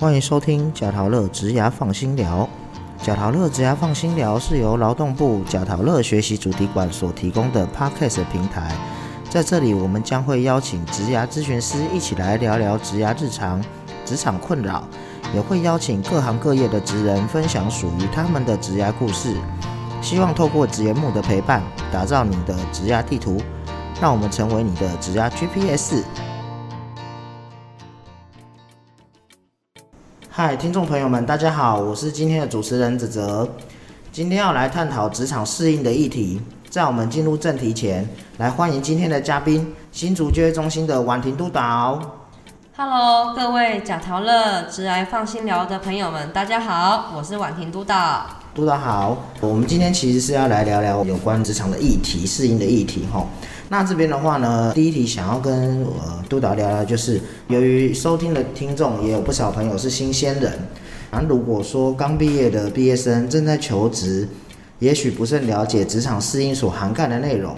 欢迎收听贾陶乐植牙放心聊。贾陶乐植牙放心聊是由劳动部贾陶乐学习主题馆所提供的 Podcast 平台，在这里我们将会邀请植牙咨询师一起来聊聊植牙日常、职场困扰，也会邀请各行各业的职人分享属于他们的植牙故事。希望透过植牙木的陪伴，打造你的植牙地图，让我们成为你的植牙 GPS。嗨，听众朋友们，大家好，我是今天的主持人泽泽。今天要来探讨职场适应的议题。在我们进入正题前，来欢迎今天的嘉宾——新竹就业中心的婉婷督导。 Hello，各位假陶乐直来放心聊的朋友们，大家好，我是婉婷督导。督导好，我们今天其实是要来聊聊有关职场的议题、适应的议题哈。那这边的话呢，第一题想要跟呃督导聊聊，就是由于收听的听众也有不少朋友是新鲜人，然后如果说刚毕业的毕业生正在求职，也许不甚了解职场适应所涵盖的内容。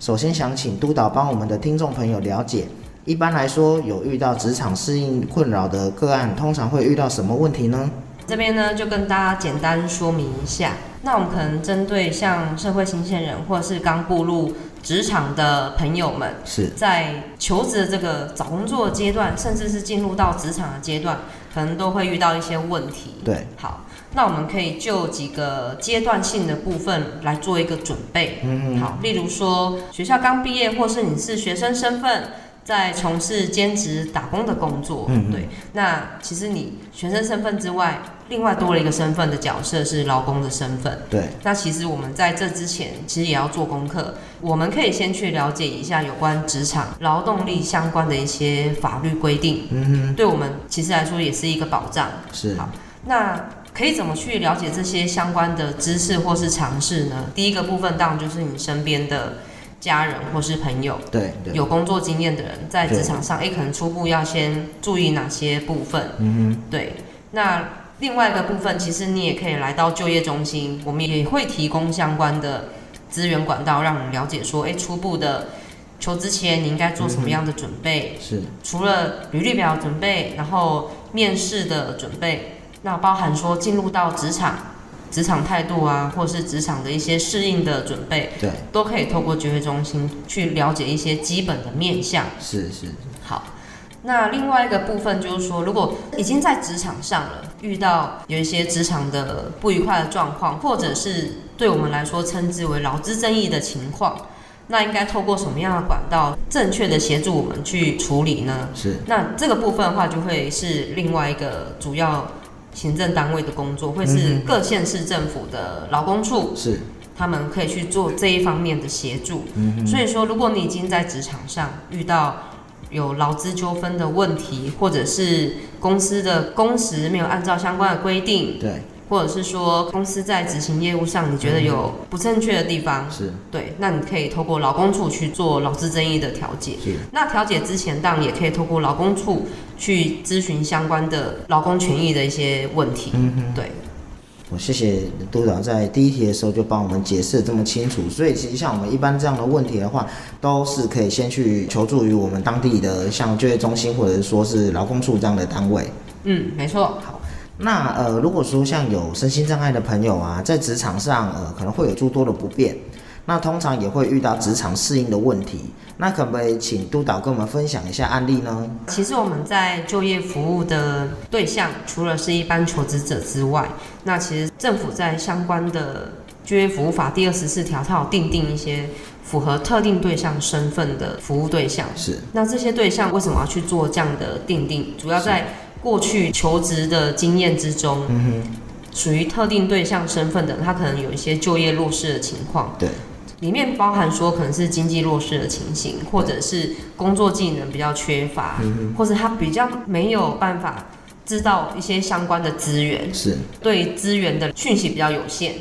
首先想请督导帮我们的听众朋友了解，一般来说有遇到职场适应困扰的个案，通常会遇到什么问题呢？这边呢，就跟大家简单说明一下。那我们可能针对像社会新鲜人或者是刚步入职场的朋友们，是在求职的这个找工作的阶段，甚至是进入到职场的阶段，可能都会遇到一些问题。对，好，那我们可以就几个阶段性的部分来做一个准备。嗯好，例如说学校刚毕业，或是你是学生身份，在从事兼职打工的工作，嗯嗯对。那其实你学生身份之外，另外多了一个身份的角色是劳工的身份。对，那其实我们在这之前，其实也要做功课。我们可以先去了解一下有关职场劳动力相关的一些法律规定，嗯对我们其实来说也是一个保障。哼，是好那可以怎么去了解这些相关的知识或是常识呢？第一个部分当然就是你身边的家人或是朋友，对对，有工作经验的人，在对职场上，诶，可能初步要先注意哪些部分？嗯对，那另外一个部分，其实你也可以来到就业中心，我们也会提供相关的资源管道，让你了解说，诶，初步的求职前你应该做嗯什么样的准备，哼，是除了履历表准备，然后面试的准备，那包含说进入到职场、职场态度啊，或是职场的一些适应的准备，对，都可以透过就业中心去了解一些基本的面向。是是，好，那另外一个部分就是说，如果已经在职场上了，遇到有一些职场的不愉快的状况，或者是对我们来说称之为劳资争议的情况，那应该透过什么样的管道，正确的协助我们去处理呢？是那这个部分的话，就会是另外一个主要行政单位的工作，会嗯是哼各县市政府的劳工处，是，他们可以去做这一方面的协助。嗯哼，所以说，如果你已经在职场上遇到有劳资纠纷的问题，或者是公司的工时没有按照相关的规定，对，或者是说公司在执行业务上你觉得有不正确的地方，是对，那你可以透过劳工处去做劳资争议的调解。是，那调解之前，当然也可以透过劳工处去咨询相关的劳工权益的一些问题。嗯哼，对，我谢谢督导在第一题的时候就帮我们解释得这么清楚，所以其实像我们一般这样的问题的话，都是可以先去求助于我们当地的像就业中心或者是说是劳工处这样的单位。嗯，没错。那呃，如果说像有身心障碍的朋友啊，在职场上呃可能会有诸多的不便，那通常也会遇到职场适应的问题。那可不可以请督导跟我们分享一下案例呢？其实我们在就业服务的对象，除了是一般求职者之外，那其实政府在相关的就业服务法第二十四条，它有定定一些符合特定对象身份的服务对象。是那这些对象为什么要去做这样的定定？主要在过去求职的经验之中，属于特定对象身份的，他可能有一些就业弱势的情况，对，里面包含说可能是经济弱势的情形，或者是工作技能比较缺乏，或者他比较没有办法知道一些相关的资源，是对资源的讯息比较有限。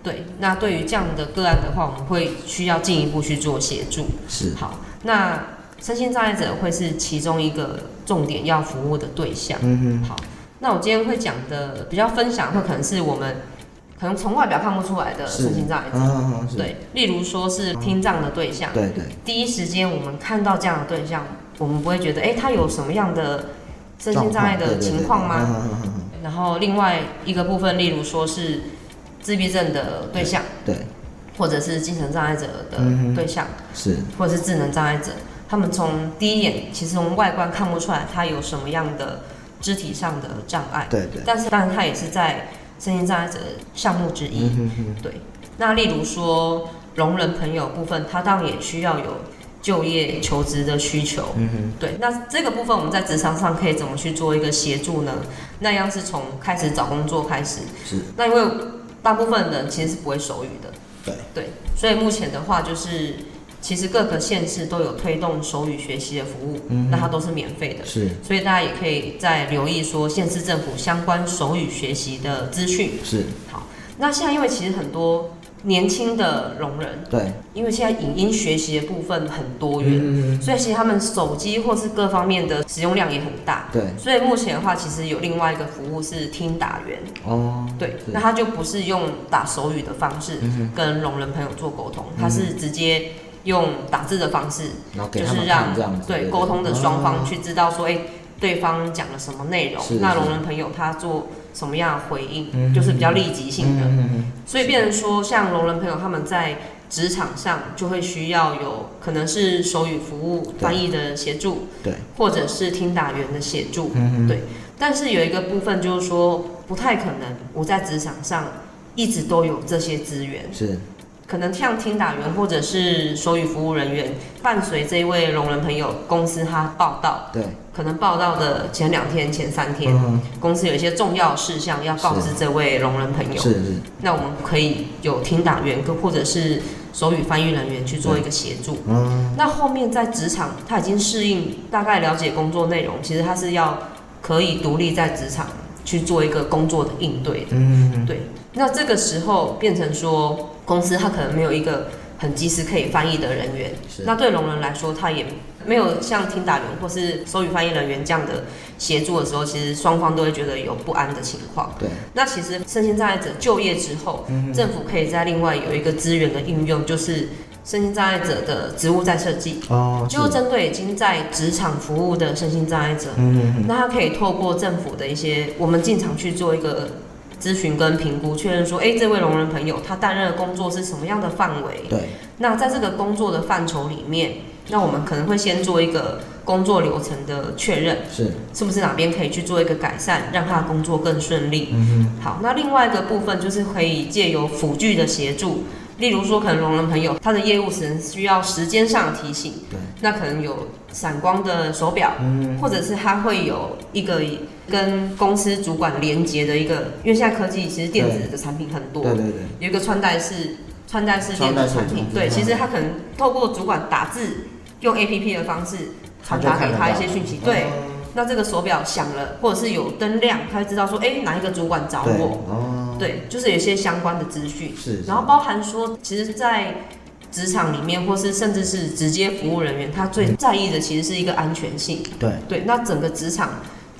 对，那对于这样的个案的话，我们会需要进一步去做协助。是，好，那身心障碍者会是其中一个重点要服务的对象。嗯哼，好，那我今天会讲的比较分享，会可能是我们可能从外表看不出来的是啊身心障碍者。嗯，是，对，例如说是听障的对象，对对第一时间我们看到这样的对象，我们不会觉得，哎、他有什么样的身心障碍状的况对对情对况吗？嗯嗯嗯嗯嗯然后另外一个部分，例如说是自闭症的对象，对，或者是精神障碍者的嗯哼对象，是或者是智能障碍者，他们从第一眼其实从外观看不出来他有什么样的肢体上的障碍，对对，但是当然他也是在身心障碍者项目之一。嗯哼哼，对，那例如说聋人朋友部分，他当然也需要有就业求职的需求。嗯哼，对，那这个部分我们在职场上可以怎么去做一个协助呢？那样是从开始找工作开始。是，那因为大部分人其实是不会手语的，对对，所以目前的话就是，其实各个县市都有推动手语学习的服务，嗯哼那它都是免费的，是所以大家也可以再留意说县市政府相关手语学习的资讯。是，那现在因为其实很多年轻的聋人，对，因为现在影音学习的部分很多元，嗯，所以其实他们手机或是各方面的使用量也很大。对，所以目前的话，其实有另外一个服务是听打员，哦，对，是那他就不是用打手语的方式嗯跟聋人朋友做沟通，他是直接用打字的方式，然后给就他是们让看这样子，对沟通的双方哦去知道说，哎、对方讲了什么内容是，那是聋人朋友他做什么样的回嗯应，就是比较立即性的。嗯嗯嗯所以变成说，像聋人朋友他们在职场上就会需要有可能是手语服务对翻译的协助，对，或者是听打员的协助。嗯嗯，对但是有一个部分就是说，不太可能我在职场上一直都有这些资源，是，可能像听打员或者是手语服务人员，伴随这一位聋人朋友公司他报道，对，可能报道的前两天、前三天，嗯公司有一些重要事项要告知这位聋人朋友。是是，那我们可以有听打员跟或者是手语翻译人员去做一个协助。嗯，那后面在职场，他已经适应，大概了解工作内容，其实他是要可以独立在职场去做一个工作的应对的。嗯，那这个时候变成说，公司他可能没有一个很及时可以翻译的人员，是，那对聋人来说，他也没有像听打员或是手语翻译人员这样的协助的时候，其实双方都会觉得有不安的情况。对，那其实身心障碍者就业之后，嗯政府可以在另外有一个资源的应用，就是身心障碍者的职务再设计，哦，，就是针对已经在职场服务的身心障碍者，嗯嗯那他可以透过政府的一些，我们进场去做一个咨询跟评估，确认说，哎，这位聋人朋友他担任的工作是什么样的范围？嗯，对，那在这个工作的范畴里面，那我们可能会先做一个工作流程的确认，是，是不是哪边可以去做一个改善，让他的工作更顺利？嗯好，那另外一个部分就是可以借由辅具的协助，例如说可能聋人朋友他的业务只能需要时间上的提醒，对，那可能有闪光的手表，嗯或者是他会有一个跟公司主管连接的一个，因为现在科技其实电子的产品很对多，对对，有一个穿戴式穿戴式电穿戴子式产品装，置对，嗯其实他可能透过主管打字，用 A P P 的方式传达给他一些讯息，对。，那这个手表响了，或者是有灯亮，他会知道说，哎、哪一个主管找对，我？哦，对，就是有一些相关的资讯，是，然后包含说，其实，在职场里面，或是甚至是直接服务人员，他最在意的其实是一个安全性。对，对，那整个职场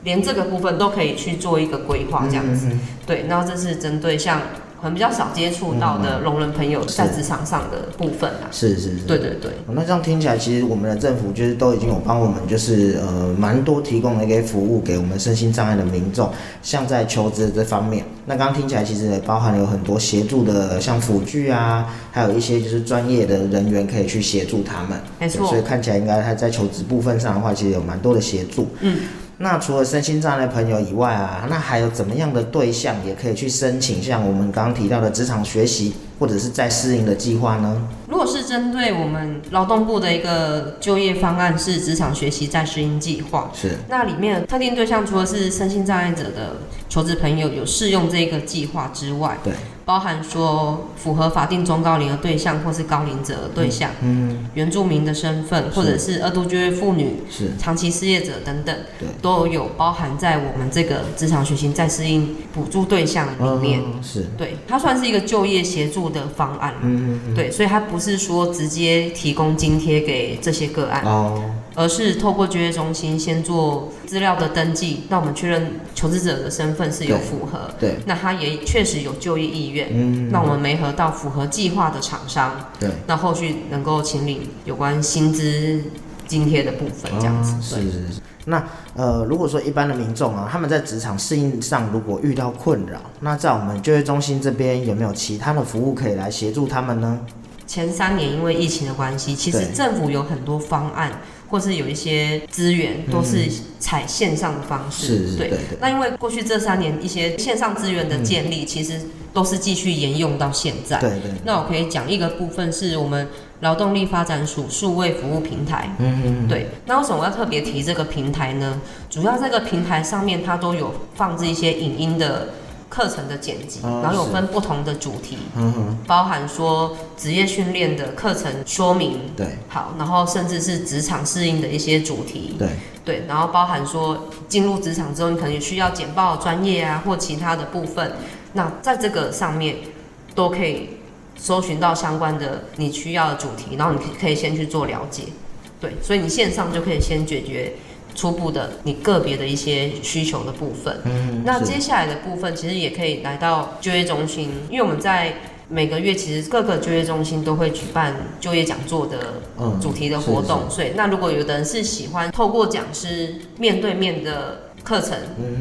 连这个部分都可以去做一个规划，这样嗯子。，对，那这是针对像可能比较少接触到的聋人朋友嗯是在职场上的部分啊。是是是，对对对，哦那这样听起来，其实我们的政府就是都已经有帮我们，就是呃蛮多提供了一个服务给我们身心障碍的民众，像在求职这方面，那刚刚听起来其实也包含了有很多协助的，像辅具啊，还有一些就是专业的人员可以去协助他们。没对错所以。看起来应该他在求职部分上的话，其实有蛮多的协助。嗯，那除了身心障碍的朋友以外啊，那还有怎么样的对象也可以去申请？像我们刚刚提到的职场学习或者是在适应的计划呢？如果是针对我们劳动部的一个就业方案是职场学习再适应计划，是那里面的特定对象除了是身心障碍者的求职朋友有适用这个计划之外，对，包含说符合法定中高龄的对象或是高龄者的对象，嗯，原住民的身份或者是二度就业妇女、是长期失业者等等对，都有包含在我们这个职场学习再适应补助对象里面。嗯是，对，它算是一个就业协助的方案。嗯嗯对，所以它不是说直接提供津贴给这些个案，哦，而是透过就业中心先做资料的登记，那我们确认求职者的身份是有对符合，对，那他也确实有就业意愿，嗯，那我们媒合到符合计划的厂商，对那后续能够请领有关薪资津贴的部分这样子。嗯是对是是。那呃，如果说一般的民众啊，他们在职场适应上如果遇到困扰，那在我们就业中心这边有没有其他的服务可以来协助他们呢？前三年因为疫情的关系，其实对政府有很多方案，或是有一些资源都是采线上的方式。是是，对对。对。那因为过去这三年一些线上资源的建立，其实都是继续沿用到现在。嗯对对，那我可以讲一个部分是我们劳动力发展署数位服务平台。嗯，对，那为什么要特别提这个平台呢？主要这个平台上面它都有放置一些影音的课程的剪辑，哦然后有是分不同的主题，嗯哼，包含说职业训练的课程说明，对好，然后甚至是职场适应的一些主题，对，对，然后包含说进入职场之后，你可能也需要简报专业啊或其他的部分，那在这个上面都可以搜寻到相关的你需要的主题，然后你可以可以先去做了解，对，所以你线上就可以先解决初步的你个别的一些需求的部分。嗯，那是接下来的部分其实也可以来到就业中心，因为我们在每个月其实各个就业中心都会举办就业讲座的嗯主题的活是动，所以那如果有的人是喜欢透过讲师面对面的课程，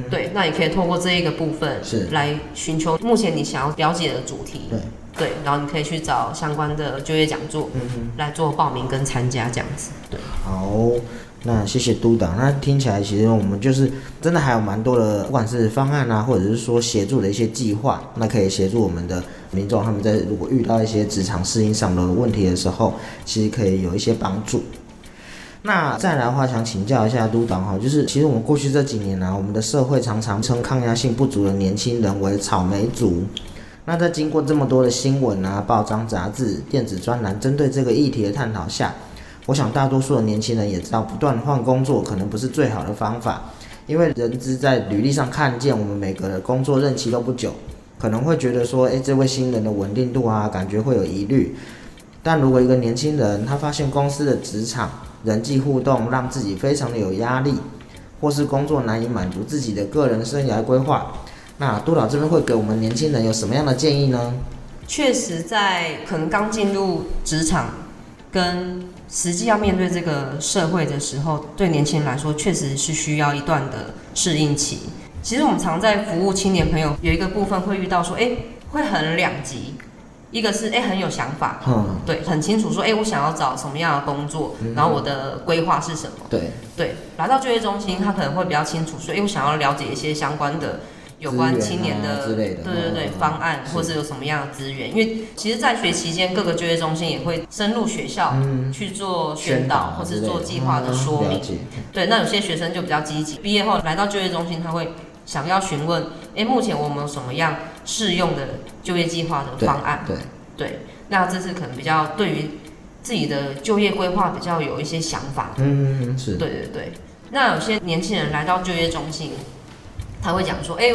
对，那也可以透过这一个部分嗯是来寻求目前你想要了解的主题，对对，然后你可以去找相关的就业讲座嗯来做报名跟参加这样子，对，好，那谢谢督导。那听起来其实我们就是真的还有蛮多的，不呃管是方案啊，或者是说协助的一些计划，那可以协助我们的民众他们在如果遇到一些职场适应上的问题的时候，其实可以有一些帮助。那再来的话，想请教一下督导哈，就是其实我们过去这几年来、我们的社会常常称抗压性不足的年轻人为“草莓族”。那在经过这么多的新闻啊、报章、杂志、电子专栏针对这个议题的探讨下，我想大多数的年轻人也知道，不断换工作可能不是最好的方法，因为人资在履历上看见我们每个的工作任期都不久，可能会觉得说，诶，这位新人的稳定度啊，感觉会有疑虑。但如果一个年轻人他发现公司的职场人际互动让自己非常的有压力，或是工作难以满足自己的个人生涯规划，那督导这边会给我们年轻人有什么样的建议呢？确实在可能刚进入职场跟实际要面对这个社会的时候，对年轻人来说确实是需要一段的适应期。其实我们常在服务青年朋友有一个部分会遇到说，哎，会很两极，一个是哎很有想法，嗯，对，很清楚说，哎，我想要找什么样的工作，然后我的规划是什么。对，对，来到就业中心，他可能会比较清楚，所以我想要了解一些相关的有关青年资源的,、啊之类的对对对嗯嗯，嗯方案是或是有什么样的资源，因为其实在学期间，各个就业中心也会深入学校去做宣导，或是做计划的说嗯明了。解对，那有些学生就比较积极，毕业后来到就业中心，他会想要询问，哎，目前我们有什么样适用的就业计划的对方案？对。对，那这是可能比较对于自己的就业规划比较有一些想法嗯，是，对对对，那有些年轻人来到就业中心，他会讲说：“哎、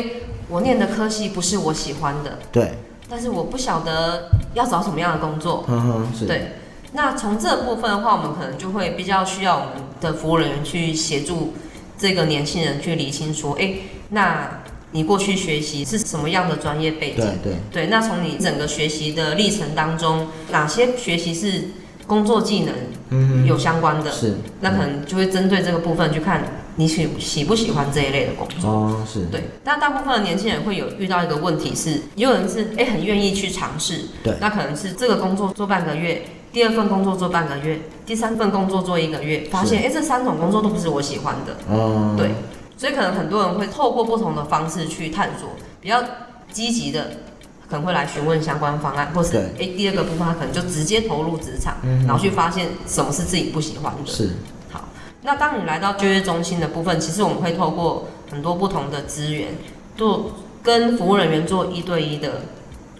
我念的科系不是我喜欢的，对，但是我不晓得要找什么样的工作。嗯哼，”是，哦对，那从这部分的话，我们可能就会比较需要我们的服务人员去协助这个年轻人去理清说：“哎、那你过去学习是什么样的专业背景？”对对，对，那从你整个学习的历程当中，哪些学习是工作技能嗯有相关的哼，？是，那可能就会针对这个部分去看你喜喜不喜欢这一类的工作。哦，是，嗯对，那大部分的年轻人会有遇到一个问题是，也有人是哎、诶很愿意去尝试，对那可能是这个工作做半个月，第二份工作做半个月，第三份工作做一个月，发现哎、诶这三种工作都不是我喜欢的，哦，对，所以可能很多人会透过不同的方式去探索，比较积极的可能会来询问相关方案，或是对嗯哎、诶第二个部分他可能就直接投入职场，然后去发现什么是自己不喜欢的，是，好，那当你来到就业中心的部分，其实我们会透过很多不同的资源，做跟服务人员做一对一的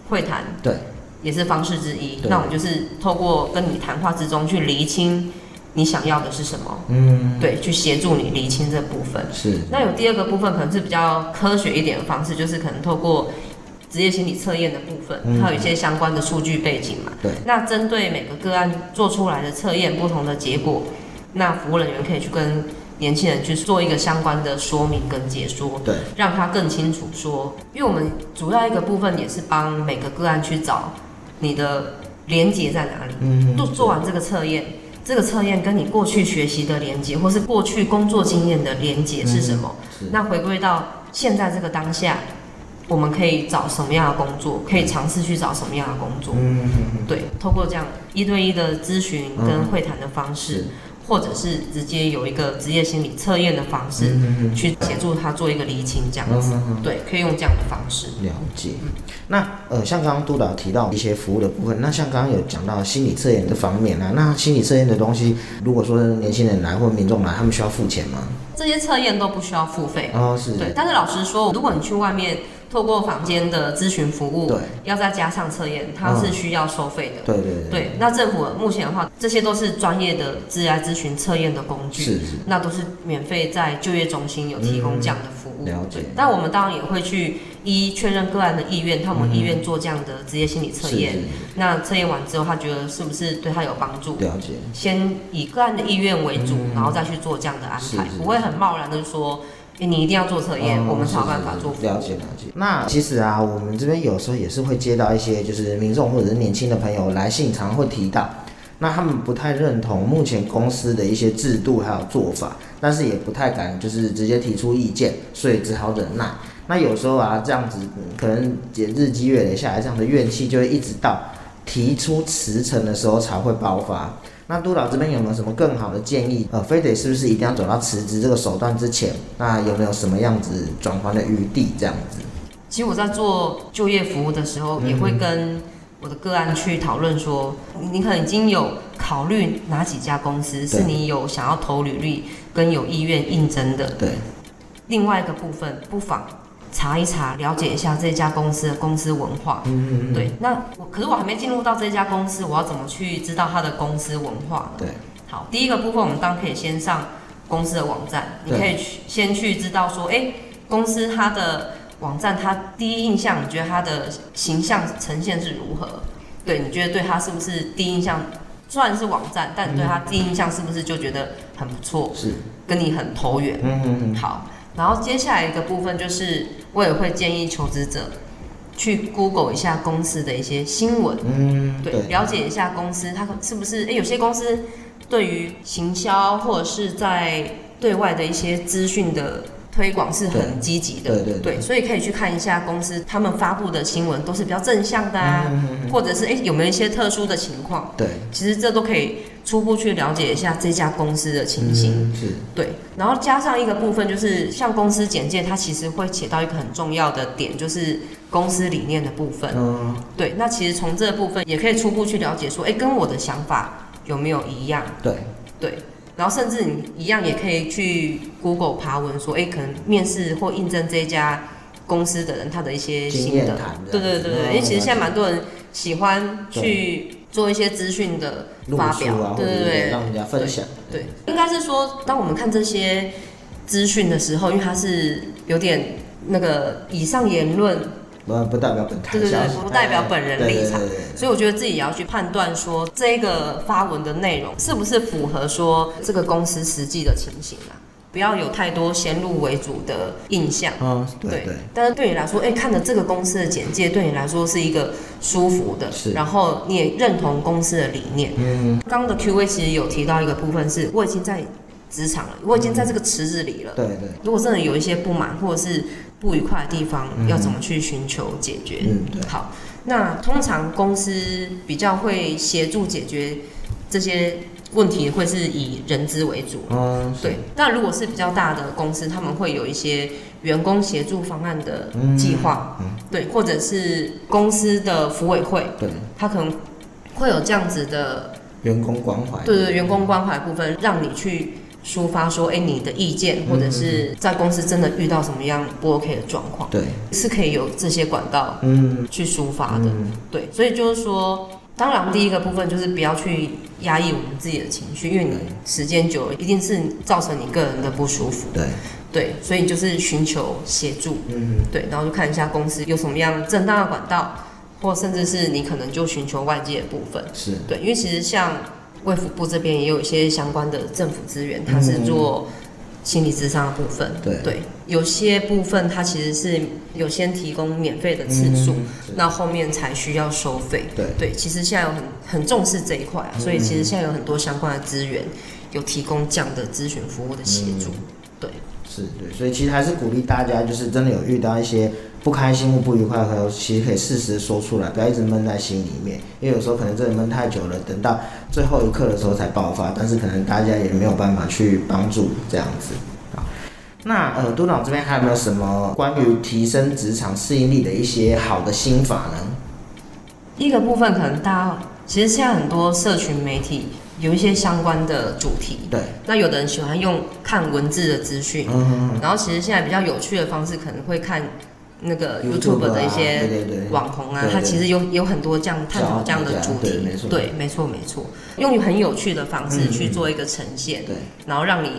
会谈，对，也是方式之一。对那我们就是透过跟你谈话之中去厘清你想要的是什么，嗯，对，去协助你厘清这部分。是，那有第二个部分可能是比较科学一点的方式，就是可能透过职业心理测验的部分，嗯它有一些相关的数据背景嘛。对。那针对每个个案做出来的测验不同的结果，那服务人员可以去跟年轻人去做一个相关的说明跟解说，对，让他更清楚说，因为我们主要一个部分也是帮每个个案去找你的连接在哪里。嗯，做做完这个测验，这个测验跟你过去学习的连接，或是过去工作经验的连接是什么？是那回归到现在这个当下，我们可以找什么样的工作？可以尝试去找什么样的工作？嗯嗯嗯对，透过这样一对一的咨询跟会谈的方式，是或者是直接有一个职业心理测验的方式，嗯嗯去协助他做一个厘清，这样嗯子。嗯嗯，对，可以用这样的方式。了解。嗯那呃，像刚刚督导提到一些服务的部分，那像刚刚有讲到心理测验这方面啊，那心理测验的东西，如果说年轻人来或民众来，他们需要付钱吗？这些测验都不需要付费，哦，是，对。但是老实说，如果你去外面透过房间的咨询服务，对，嗯要再加上测验，它是需要收费的。对对对，对，那政府目前的话，这些都是专业的职业咨询测验的工具，是是，那都是免费在就业中心有提供这样的服务。了解对但我们当然也会去依确认个案的意愿，看我们医院做这样的职业心理测嗯是验。是那测验完之后，他觉得是不是对他有帮助？了解，先以个案的意愿为主，然后再去做这样的安排，嗯是是不会很贸然的说，诶你一定要做测验，嗯我们才有是办法做是服是了务。解了解。那其实啊，我们这边有时候也是会接到一些就是民众或者是年轻的朋友来信，常会提到，那他们不太认同目前公司的一些制度还有做法，但是也不太敢就是直接提出意见，所以只好忍耐。那有时候啊，这样子嗯可能节日积月累下来，这样的怨气就会一直到提出辞呈的时候才会爆发。那督导这边有没有什么更好的建议？呃，非得是不是一定要走到辞职这个手段之前？那有没有什么样子转换的余地？这样子其实我在做就业服务的时嗯候，也会跟我的个案去讨论说，你可能已经有考虑哪几家公司是对你有想要投履历跟有意愿应征的。对，另外一个部分，不妨查一查，了解一下这家公司的公司文化。嗯对，那我可是我还没进入到这家公司，我要怎么去知道它的公司文化呢？对，好，第一个部分我们当然可以先上公司的网站，你对可以去先去知道说，哎、公司它的网站，它第一印象，你觉得它的形象呈现是如何？对，你觉得对它是不是第一印象？虽然是网站，但你对它第一印象是不是就觉得很不错，是，跟你很投缘？嗯嗯嗯，好，然后接下来一个部分就是，我也会建议求职者去 Google 一下公司的一些新闻，嗯，对，了解一下公司它可是不是？诶，有些公司对于行销或者是在对外的一些资讯的。推广是很积极的，对对对所以可以去看一下公司他们发布的新闻都是比较正向的啊，嗯或者是诶有没有一些特殊的情况，对，其实这都可以初步去了解一下这家公司的情形。嗯是，对，然后加上一个部分就是，像公司简介，它其实会写到一个很重要的点，就是公司理念的部分。嗯，对，那其实从这部分也可以初步去了解说，哎，跟我的想法有没有一样？对，对，然后甚至你一样也可以去 Google 爬文说，哎，可能面试或应征这一家公司的人他的一些经心验得。谈这样子，对对对对，嗯因为其实现在蛮多人喜欢去做一些资讯的露发出表，啊，对对或者对是，让人家分享，对，应该是说，当我们看这些资讯的时候，因为它是有点那个以上言论，不不代表本台对对消对息，不代表本人立场对对对对所以我觉得自己也要去判断说，这个发文的内容是不是符合说这个公司实际的情形啊，不要有太多先入为主的印象。嗯，对对，但是对你来说，哎、看了这个公司的简介，对你来说是一个舒服的是，然后你也认同公司的理念。嗯，刚刚的 Q&A 其实有提到一个部分是，我已经在职场了，我已经在这个池子里了。对对，如果真的有一些不满或者是不愉快的地方，嗯要怎么去寻求解决？嗯对，好，那通常公司比较会协助解决这些问题，会是以人资为主。嗯，是对，那如果是比较大的公司，他们会有一些员工协助方案的计划，嗯对，或者是公司的服委会，对，他可能会有这样子的员工关怀，对对，员工关怀部分，让你去抒发说，哎，你的意嗯见，或者是在公司真的遇到什么样不 OK 的状况，对，是可以有这些管道嗯，去抒发的。嗯，对，所以就是说，当然第一个部分就是不要去压抑我们自己的情绪，因为你时间久了，一定是造成你个人的不舒服。对，对，所以就是寻求协助，嗯。对，然后就看一下公司有什么样正当的管道，或甚至是你可能就寻求外界的部分。是，对，因为其实像卫福部这边也有一些相关的政府资源，它是做心理智商的部分。对有些部分它其实是有先提供免费的次嗯数，那后面才需要收费。对对，其实现在有很很重视这一块啊，所以嗯其实现在有很多相关的资源有提供这样的咨询服务的协助。嗯对，是对，所以其实还是鼓励大家，就是真的有遇到一些不开心或不愉快的时候，其实可以适时地说出来，不要一直闷在心里面，因为有时候可能真的闷太久了，等到最后一刻的时候才爆发，但是可能大家也没有办法去帮助这样子。好那呃，督导这边还有没有什么关于提升职场适应力的一些好的心法呢？一个部分可能大家其实现在很多社群媒体有一些相关的主题，对，那有的人喜欢用看文字的资讯，嗯，然后其实现在比较有趣的方式可能会看那个 YouTube 呃 YouTube 啊的一对些对对网红啊对，对它其实有有很多这样探讨这样的主教大家对题没错，嗯对，没错没错，用很有趣的方式去做一个呈现，对，然后让你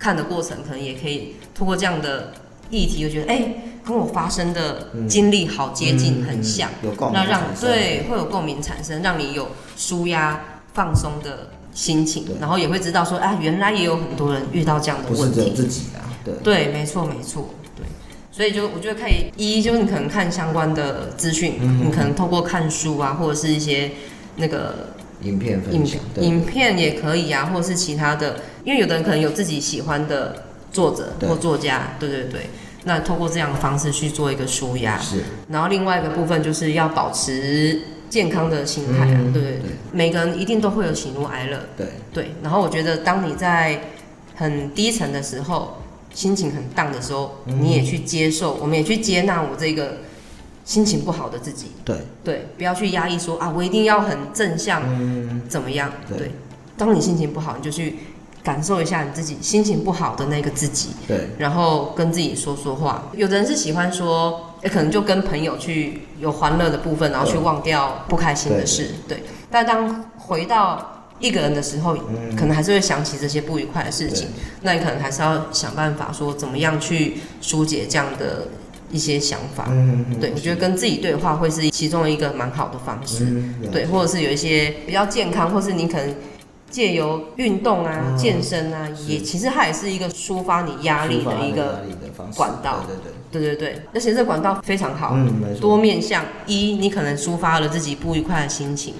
看的过程可能也可以通过这样的议题，就觉得哎、跟我发生的经历好接嗯近，很像。，有共鸣那让产生，对会有共鸣产生，让你有舒压放松的心情对，然后也会知道说，啊，原来也有很多人遇到这样的不是问只有题。自己啊，对。对，没错，没错，对。所以就我觉得可以，一就是你可能看相关的资讯，嗯你可能透过看书啊，或者是一些那个影片分影享，对影片也可以啊，或者是其他的，因为有的人可能有自己喜欢的作者对或作家，对对对。那透过这样的方式去做一个舒压，是然后另外一个部分就是要保持健康的心态啊，嗯对对对，每个人一定都会有喜怒哀乐，对，对。然后我觉得，当你在很低沉的时候，心情很荡的时候，你嗯也去接受，我们也去接纳我这个心情不好的自己，对，对，不要去压抑说啊，我一定要很正向，嗯，怎么样？对对，当你心情不好，你就去感受一下你自己心情不好的那个自己，对，然后跟自己说说话。有的人是喜欢说，诶可能就跟朋友去有欢乐的部分，然后去忘掉不开心的事。对，但当回到一个人的时候，嗯可能还是会想起这些不愉快的事情。那你可能还是要想办法说，怎么样去疏解这样的一些想法。嗯，对，我觉得跟自己对话会是其中一个蛮好的方式。嗯，对，或者是有一些比较健康，或是你可能借由运动啊、嗯健身啊，是也其实它也是一个抒发你压力的一压个，力的方式管道对对对，对对对，而且这管道非常好，嗯，没错，多面向。一，你可能抒发了自己不愉快的心情；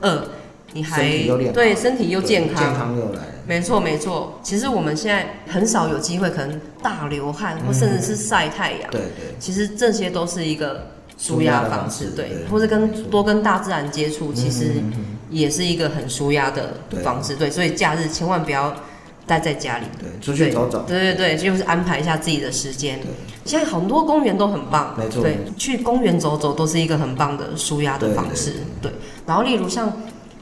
二，你还身体又练好对身体又健对康，健康又来了，没错没错。其实我们现在很少有机会，可能大流汗，嗯或甚至是晒太阳。对对，其实这些都是一个舒压舒压方式，的方式对对，或者没错跟多跟大自然接触，其实也是一个很舒压的对方式，对，所以假日千万不要待在家里，对，出去走走，对对对，就是安排一下自己的时间对。现在很多公园都很棒，没错对没，去公园走走都是一个很棒的舒压的方式，对。然后例如像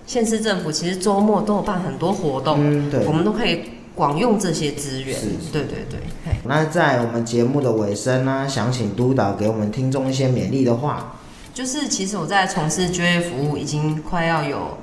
县市政府，其实周末都有办很多活动，嗯，对我。们都可以广用这些资源是是，对对对，嘿那在我们节目的尾声呢、想请督导给我们听众一些勉励的话。就是其实我在从事就业服务已经快要有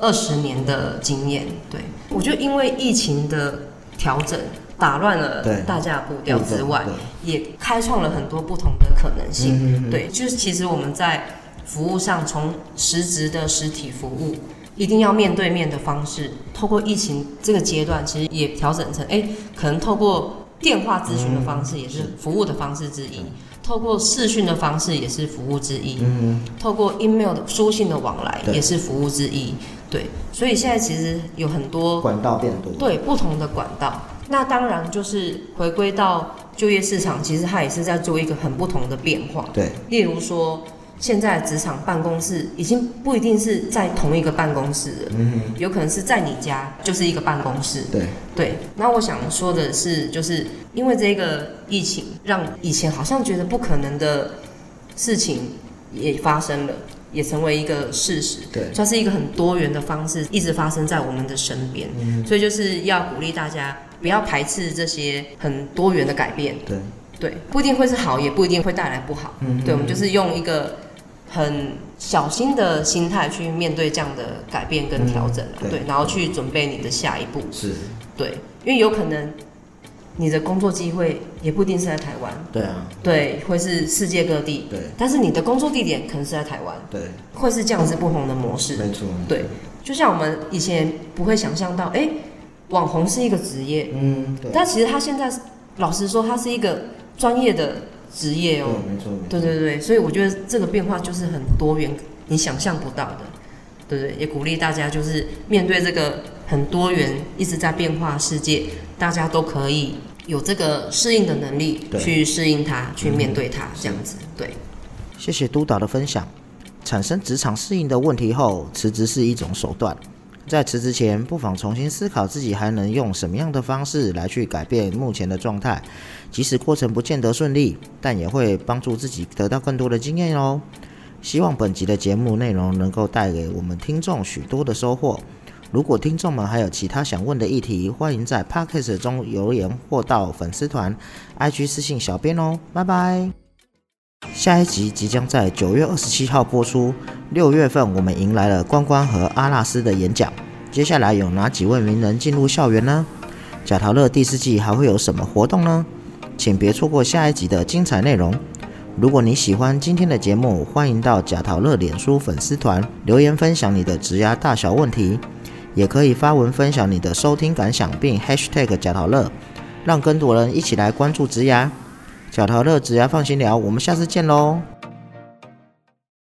二十年的经验，对我觉得因为疫情的调整打乱了对大家的步调之外，对，也开创了很多不同的可能性。嗯，嗯，对，就是其实我们在服务上，从实质的实体服务，一定要面对面的方式，透过疫情这个阶段，其实也调整成，哎，可能透过电话咨询的方嗯式也是服务的方式之一，透过视讯的方式也是服务之一，嗯，透过 email 的书信的往来对也是服务之一。对，所以现在其实有很多嗯管道变多，对不同的管道。那当然就是回归到就业市场，其实它也是在做一个很不同的变化。对，例如说，现在职场办公室已经不一定是在同一个办公室了，嗯，有可能是在你家就是一个办公室。对，对，那我想说的是，就是因为这个疫情，让以前好像觉得不可能的事情也发生了，也成为一个事实。对，它是一个很多元的方式，一直发生在我们的身边，所以就是要鼓励大家不要排斥这些很多元的改变，对，对，不一定会是好，也不一定会带来不好，嗯对，我们就是用一个很小心的心态去面对这样的改变跟调整啊、嗯对对，然后去准备你的下一步，是，对，因为有可能你的工作机会也不一定是在台湾，对啊，对，会是世界各地，对，但是你的工作地点可能是在台湾，对，会是这样子不同的模式，没错，对，就像我们以前不会想象到，哎、网红是一个职业，嗯，对，但其实他现在是老实说，他是一个专业的职业对，哦。没错，没错对对对，所以我觉得这个变化就是很多元，你想象不到的。对对，也鼓励大家就是面对这个很多元、一直在变化的世界，大家都可以有这个适应的能力，对去适应它，去面对它，这样子。对，谢谢督导的分享。产生职场适应的问题后，辞职是一种手段。在辞职前，不妨重新思考自己还能用什么样的方式来去改变目前的状态。即使过程不见得顺利，但也会帮助自己得到更多的经验哦。希望本集的节目内容能够带给我们听众许多的收获。如果听众们还有其他想问的议题，欢迎在 Podcast 中留言或到粉丝团、IG 私信小编哦。拜拜。下一集即将在九月二十七号播出。六月份我们迎来了关关和阿纳斯的演讲，接下来有哪几位名人进入校园呢？贾陶乐第四季还会有什么活动呢？请别错过下一集的精彩内容。如果你喜欢今天的节目，欢迎到贾陶乐脸书粉丝团留言分享你的职涯大小问题，也可以发文分享你的收听感想，并 #hashtag 贾陶乐，让更多人一起来关注职涯。小陶乐只要放心聊，我们下次见喽。